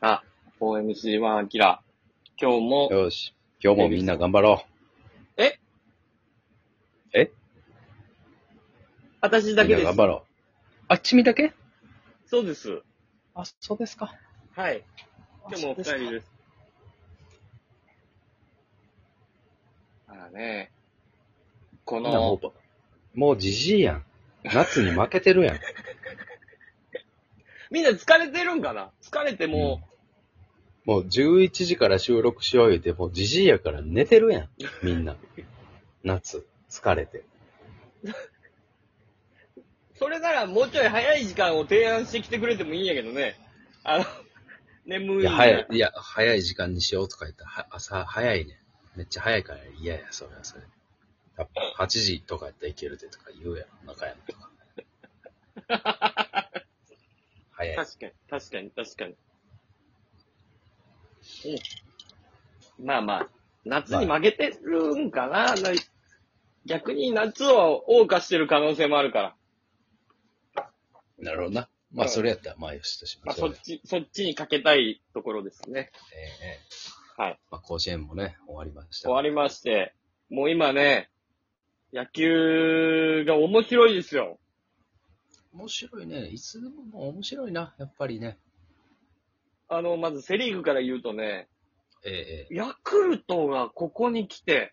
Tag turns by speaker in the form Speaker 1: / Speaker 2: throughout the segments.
Speaker 1: あ、OMC1 アキラ。今日も、
Speaker 2: よし。今日もみんな頑張ろ
Speaker 1: え
Speaker 2: え
Speaker 1: 私
Speaker 2: う。
Speaker 1: だけ
Speaker 2: み
Speaker 1: で
Speaker 2: んな
Speaker 1: す
Speaker 2: 頑。張ろう。あっちみだけ
Speaker 1: そうです。
Speaker 2: あ、そうですか。
Speaker 1: はい。今日もお二人
Speaker 2: あそうですか
Speaker 1: です。ああね、こ
Speaker 2: みんなも
Speaker 1: の、
Speaker 2: う、もうじじいやん。夏に負けてるやん。
Speaker 1: みんな疲れてるんかな疲れて も
Speaker 2: もう11時から収録しよう言うて、もうじじいやから寝てるやん。みんな。夏、疲れて。
Speaker 1: う、それならもうちょい早い時間を提案してきてくれてもいいんやけどね。あの、眠いん
Speaker 2: いや、
Speaker 1: や。
Speaker 2: 早い、いや、早い時間にしようとか言ったら、は朝早いね。めっちゃ早いから嫌や、それはそれ。やっぱ8時とかやったらいけるでとか言うやん。中山とか。早い。
Speaker 1: 確かに、確かに、確かに。うんまあまあ、夏に負けてるんかな、な逆に夏を謳歌してる可能性もあるから。
Speaker 2: なるほどな。ま
Speaker 1: う
Speaker 2: あ、
Speaker 1: ん
Speaker 2: それやったら、まあ、よしとし
Speaker 1: ま
Speaker 2: ま
Speaker 1: あ、
Speaker 2: し
Speaker 1: そ
Speaker 2: ょ
Speaker 1: うっ
Speaker 2: ね。
Speaker 1: ち、そっちにかけたいところですね。
Speaker 2: ええ
Speaker 1: はい。
Speaker 2: まあ、甲子園もね、終わりました。
Speaker 1: 終わりまして、もう今ね、野球が面白いですよ。
Speaker 2: 面白いね。いつでももう面白いな、やっぱりね。
Speaker 1: あの、まずセリーグから言うとね、
Speaker 2: ええええ
Speaker 1: ヤクルトがここに来て、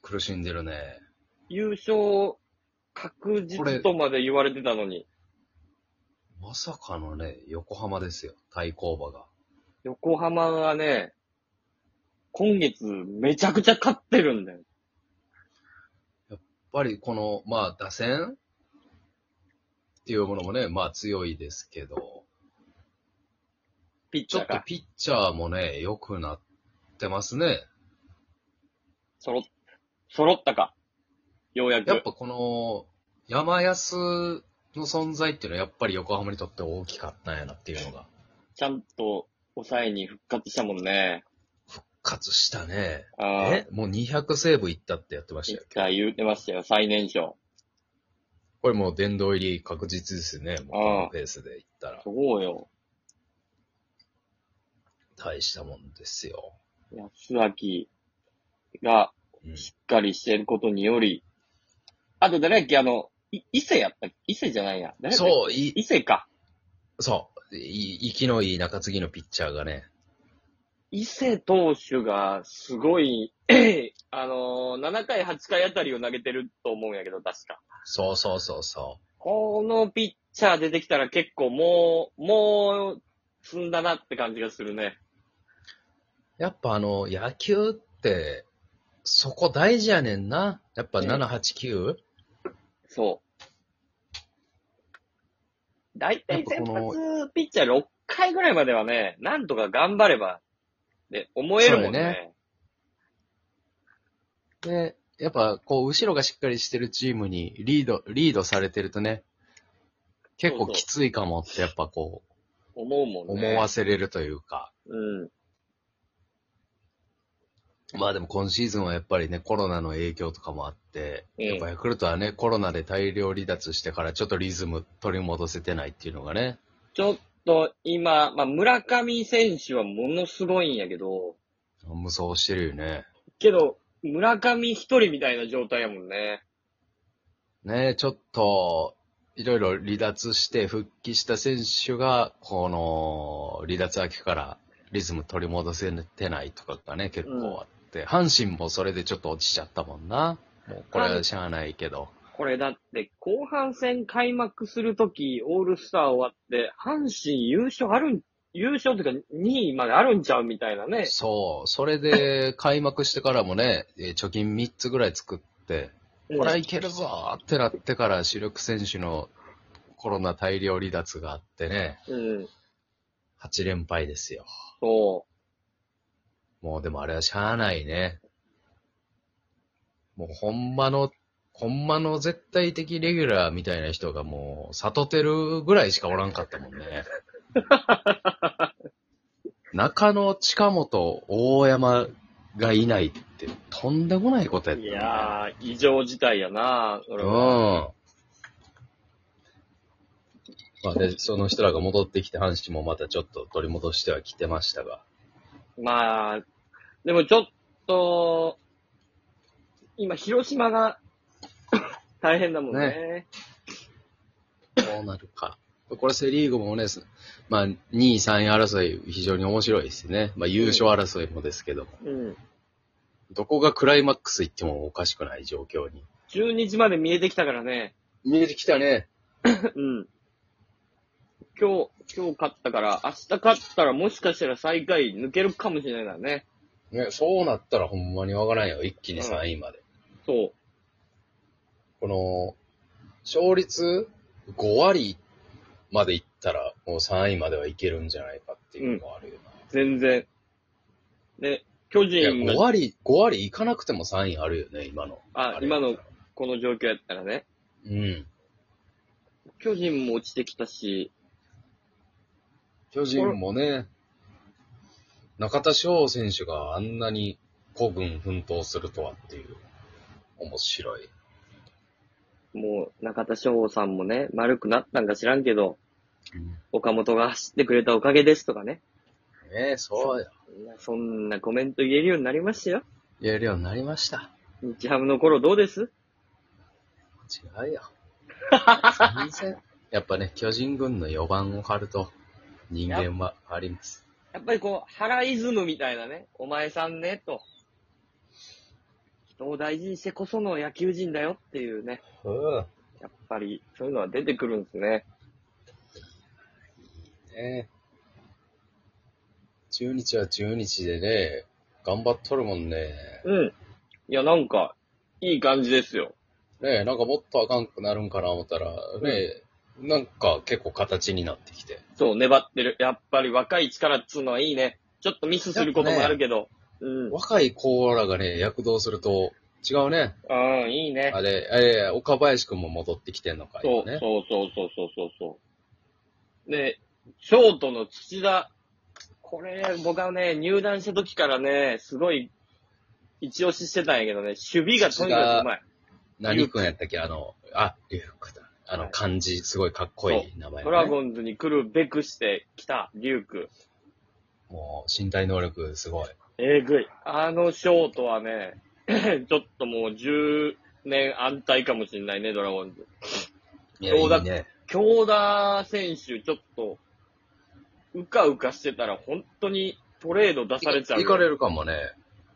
Speaker 2: 苦しんでるね。
Speaker 1: 優勝確実とまで言われてたのに、
Speaker 2: まさかのね、横浜ですよ。対抗馬が。
Speaker 1: 横浜がね、今月めちゃくちゃ勝ってるんだよ。
Speaker 2: やっぱりこの、まあ、打線っていうものもね、まあ強いですけど、
Speaker 1: ピッ
Speaker 2: ち
Speaker 1: チ
Speaker 2: ょ
Speaker 1: ャ
Speaker 2: っ
Speaker 1: ー
Speaker 2: と
Speaker 1: が。
Speaker 2: ピッチャーもね、良くなってますね。
Speaker 1: 揃っ、揃ったか。ようやく。
Speaker 2: やっぱこの、山安の存在っていうのはやっぱり横浜にとって大きかったんやなっていうのが、
Speaker 1: ちゃんと抑えに復活したもんね。
Speaker 2: 復活したね。
Speaker 1: あー
Speaker 2: えもう200セーブいったってやってまし
Speaker 1: 一
Speaker 2: たよ。
Speaker 1: 回言うてましたよ、最年少。
Speaker 2: これもう殿堂入り確実ですね。もうこのペースでいったら。
Speaker 1: そうよ。
Speaker 2: 大したもんですよ。
Speaker 1: 安明が
Speaker 2: うん
Speaker 1: しっかりしてることにより、あと誰やっけ、あの、い伊勢やったっけ伊勢じゃないや。誰やったっけ
Speaker 2: そう、い、
Speaker 1: 伊勢か。
Speaker 2: そう、い、息のいい中継ぎのピッチャーがね、
Speaker 1: 伊勢投手がすごい、 あのー7回、8回あたりを投げてると思うんやけど、確か。
Speaker 2: そうそうそうそ
Speaker 1: このピッチャー出てきたら結構もう、もう、積んだなって感じがするね。
Speaker 2: う。やっぱあの、野球って、そこ大事やねんな。やっぱ
Speaker 1: うん
Speaker 2: 7、8、9?
Speaker 1: そう。大体
Speaker 2: やっ
Speaker 1: 先
Speaker 2: ぱこの
Speaker 1: 発ピッチャー6回ぐらいまではね、なんとか頑張れば、で、思えるもん
Speaker 2: そうよ
Speaker 1: ね。
Speaker 2: で、やっぱこう、後ろがしっかりしてるチームにリード、リードされてるとね、結構きついかもってやっぱこう、
Speaker 1: 思うもんね。
Speaker 2: 思わせれるというか。
Speaker 1: うん。
Speaker 2: まあでも今シーズンはやっぱりね、コロナの影響とかもあって、
Speaker 1: うん
Speaker 2: やっぱヤクルトはね、コロナで大量離脱してからちょっとリズム取り戻せてないっていうのがね、
Speaker 1: ちょっと今、まあ、村上選手はものすごいんやけど、
Speaker 2: 無双してるよね。
Speaker 1: けど、村上一人みたいな状態やもんね。
Speaker 2: ねえ、ちょっと、いろいろ離脱して復帰した選手が、この、離脱明けからリズム取り戻せてないとかがね、結構あって、阪神もそれでちょっと落ちちゃったもんな。もうこれはしゃあないけど。
Speaker 1: これだって、後半戦開幕するとき、オールスター終わって、阪神優勝あるん、優勝というか2位まであるんちゃうみたいなね。
Speaker 2: そう、それで開幕してからもね、えー貯金3つぐらい作って、これはいけるぞーってなってから主力選手のコロナ大量離脱があってね、
Speaker 1: うん。
Speaker 2: 8連敗ですよ。
Speaker 1: そ
Speaker 2: もうでもあれはしゃあないね。もうほんまの、ほんまの絶対的レギュラーみたいな人がもう、悟てるぐらいしかおらんかったもんね。 中野、近本、大山がいないって、とんでもないことや
Speaker 1: う。
Speaker 2: った、ね。
Speaker 1: いやー、異常事態やなそれは。
Speaker 2: うん。まあ、で、その人らが戻ってきて、阪神もまたちょっと取り戻してはきてましたが。
Speaker 1: まあ、でもちょっと、今、広島が 大変だもんね。
Speaker 2: どうなるか。これセリーグもね、すまあ、2位、3位争い、非常に面白いですね。まあ、優勝争いもですけども、
Speaker 1: うん。
Speaker 2: どこがクライマックス行ってもおかしくない状況に。
Speaker 1: 12時まで見えてきたからね。
Speaker 2: 見えてきたね。
Speaker 1: うん。今日、今日勝ったから、明日勝ったらもしかしたら最下位抜けるかもしれないからね。
Speaker 2: ね、そうなったらほんまにわからんよ。一気に
Speaker 1: うん
Speaker 2: 3位まで。
Speaker 1: そう。
Speaker 2: この、勝率5割まで行ったら、もう3位まではいけるんじゃないかっていうのはあるよな。
Speaker 1: 全然。で、巨
Speaker 2: いや、
Speaker 1: 人
Speaker 2: 5
Speaker 1: が、
Speaker 2: 割、5割いかなくても3位あるよね、今の。
Speaker 1: あ、
Speaker 2: れ
Speaker 1: 今のこの状況やったらね、
Speaker 2: うん。
Speaker 1: 巨人も落ちてきたし、
Speaker 2: 巨人もね、中田翔選手があんなに孤軍奮闘するとはっていう、面白い。
Speaker 1: もう中田翔さんもね、丸くなったんか知らんけど、岡本が走ってくれたおかげですとかね、
Speaker 2: ねえ、そうや。
Speaker 1: そんなコメント言えるようになりましたよ。
Speaker 2: 言えるようになりました。
Speaker 1: 日ハムの頃どうです
Speaker 2: 違うよ。全 然。やっぱね、巨人軍の4番を張ると、人間はあります。
Speaker 1: やっぱりこう、原イズムみたいなね、お前さんね、と。人を大事にしてこその野球人だよっていうね、
Speaker 2: うん。
Speaker 1: やっぱりそういうのは出てくるんですね。
Speaker 2: ねえ。中日は中日でね、頑張っとるもんね。
Speaker 1: うん。いや、なんか、いい感じですよ。
Speaker 2: ねえ、なんかもっとあかんくなるんかな思ったら、ねえ、なんか結構形になってきて。
Speaker 1: そう、粘ってる。やっぱり若い力っつうのはいいね。ちょっとミスすることもあるけど。うん。
Speaker 2: 若い子らがね、躍動すると、違うね。
Speaker 1: うん、いいね。
Speaker 2: あれ、ええ、岡林くんも戻ってきてんのか、
Speaker 1: そ
Speaker 2: 今
Speaker 1: う、
Speaker 2: ね。
Speaker 1: そうそうそうそうそうそう。で、ショートの土田。これ、僕はね、入団した時からね、すごい、一押ししてたんやけどね、守備がとにかくうまい。
Speaker 2: 何くんやったっけあの、あ、リュウクだ。あの、漢字、すごいかっこいい名前、
Speaker 1: ドラ
Speaker 2: ね。
Speaker 1: ゴンズに来るべくして来た、リュウク。
Speaker 2: もう、身体能力すごい。
Speaker 1: えぐい。あのショートはね、 ちょっともう10年安泰かもしれないね、ドラゴンズ。
Speaker 2: いや、い
Speaker 1: そうだ
Speaker 2: いね。
Speaker 1: 京田選手、ちょっと、うかうかしてたら、本当にトレード出されちゃうよ。
Speaker 2: いかれるかもね。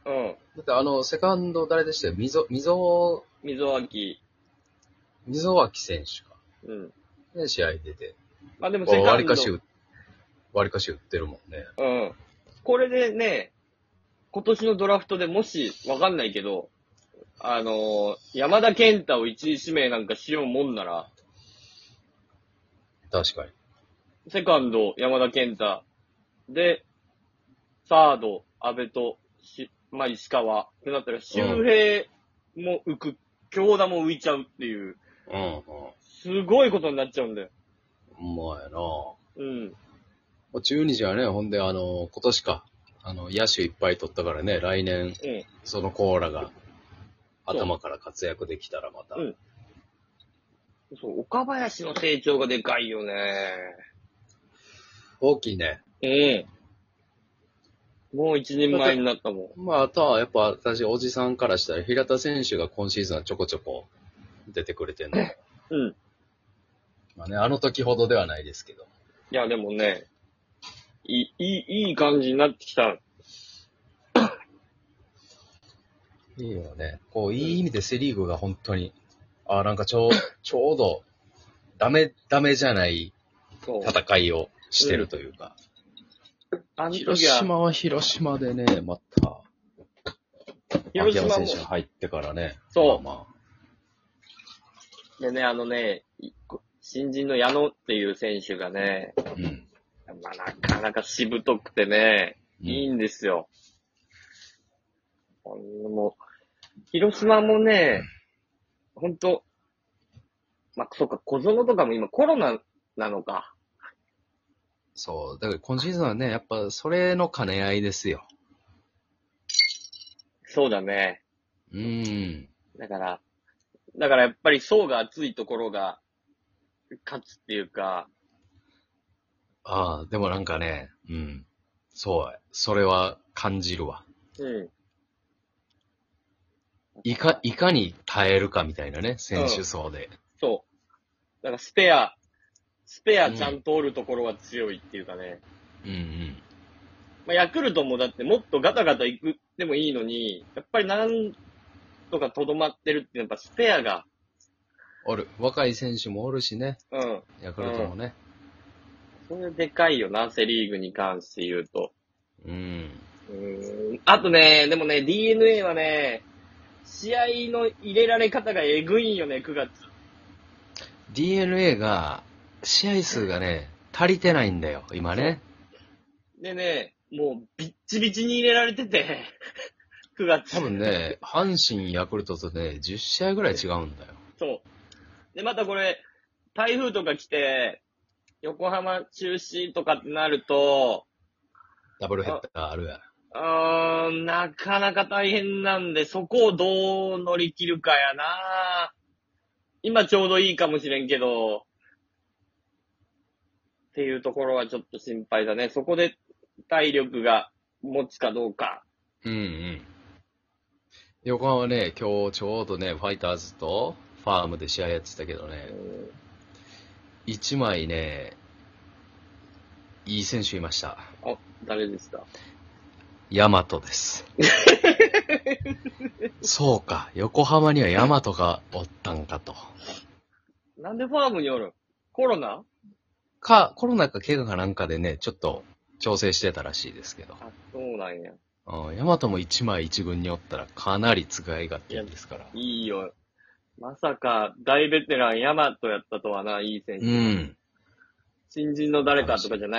Speaker 1: うん。
Speaker 2: だってあの、セカンド誰でしたよ溝、溝、
Speaker 1: 溝脇。
Speaker 2: 溝脇選手か。
Speaker 1: うん。
Speaker 2: ね、試合出て。
Speaker 1: まあでも、セカ
Speaker 2: 割
Speaker 1: ン
Speaker 2: りか
Speaker 1: ド。
Speaker 2: し打、割りかし打ってるもんね。
Speaker 1: うん。これでね、今年のドラフトでもし、わかんないけど、あのー山田健太を一位指名なんかしようもんなら、
Speaker 2: 確かに。
Speaker 1: セカンド、山田健太。で、サード、安倍と、し、まあ、石川。ってなったら、周平も浮く、京田も浮いちゃうっていう、
Speaker 2: う
Speaker 1: すごいことになっちゃうんだよ。
Speaker 2: ん、うん。うまいな
Speaker 1: うん。
Speaker 2: ぁ。中日はね、ほんで、あの、今年か、あの、野手いっぱい取ったからね、来年、
Speaker 1: うん。
Speaker 2: そのコーラが、頭から活躍できたらまた。
Speaker 1: うんそう、岡林の成長がでかいよね。
Speaker 2: 大きいね。
Speaker 1: うん。もう一人前になったも
Speaker 2: まあ、あとは、やっぱ私、おじさんからしたら、平田選手が今シーズンはちょこちょこ出てくれてるの。
Speaker 1: ん。うん。
Speaker 2: まあね、あの時ほどではないですけど。
Speaker 1: いや、でもね、いい、いい、いい感じになってきた。
Speaker 2: いいよね。こう、いい意味でセリーグが本当に、あーなんかちょう、ちょうど、ダメ、ダメじゃない
Speaker 1: そう。
Speaker 2: 戦いをしてるというか。
Speaker 1: あの
Speaker 2: 広
Speaker 1: 時は、
Speaker 2: 島は広島でね、また、秋
Speaker 1: 広
Speaker 2: 山
Speaker 1: 島
Speaker 2: 選
Speaker 1: も
Speaker 2: 手、が入ってからね。
Speaker 1: そう
Speaker 2: まあまあ
Speaker 1: でね、あのね、いこ新人の矢野っていう選手がね、
Speaker 2: うん。
Speaker 1: まあ、なかなかしぶとくてね、
Speaker 2: うん
Speaker 1: いいんですよ。ほんでもう広島もね、ほんと、まあ、そっか、小園とかも今コロナなのか。
Speaker 2: そう。だから今シーズンはね、やっぱそれの兼ね合いですよ。
Speaker 1: そうだね。
Speaker 2: うん。
Speaker 1: だから、だからやっぱり層が厚いところが勝つっていうか、
Speaker 2: ああ、でもなんかね、うん。そう、それは感じるわ。
Speaker 1: うん。
Speaker 2: いか、いかに耐えるかみたいなね、選手層で。
Speaker 1: そう。だからスペア、スペアちゃんとおるところは強いっていうかね。
Speaker 2: うんうん。
Speaker 1: まあ、ヤクルトもだってもっとガタガタいくでもいいのに、やっぱりなんとかとどまってるっていうのはやっぱスペアが、
Speaker 2: おる。若い選手もおるしね、
Speaker 1: うん。
Speaker 2: ヤクルトもね。
Speaker 1: それでかいよな、セリーグに関して言うと。
Speaker 2: うん。
Speaker 1: うーん。あとね、でもね、DNA はね、試合の入れられ方がえぐいんよね、9月。
Speaker 2: DNA が、試合数がね、足りてないんだよ、今ね。
Speaker 1: でね、もうビッチビチに入れられてて、9月。
Speaker 2: 多分ね、阪神、ヤクルトとね、10試合ぐらい違うんだよ。
Speaker 1: そう。で、またこれ、台風とか来て、横浜中止とかってなると、
Speaker 2: ダブルヘッダーあるや
Speaker 1: うーん、なかなか大変なんで、そこをどう乗り切るかやな今ちょうどいいかもしれんけど、っていうところはちょっと心配だね。そこで体力が持つかどうか。
Speaker 2: うんうん。横浜はね、今日ちょうどね、ファイターズとファームで試合やってたけどね、1枚ね、いい選手いました。
Speaker 1: あ、誰ですか
Speaker 2: ヤマト です。そうか、横浜にはヤマトがおったんかと。
Speaker 1: なんでファームにおるんコロナ
Speaker 2: か、コロナか怪我かなんかでね、ちょっと調整してたらしいですけど。
Speaker 1: あ、そうなんや。
Speaker 2: うんヤマトも1枚1軍におったらかなり使い勝手ですから。
Speaker 1: いいよ。まさか、大ベテランヤマトやったとはな、いい選手。
Speaker 2: うん。
Speaker 1: 新人の誰かとかじゃない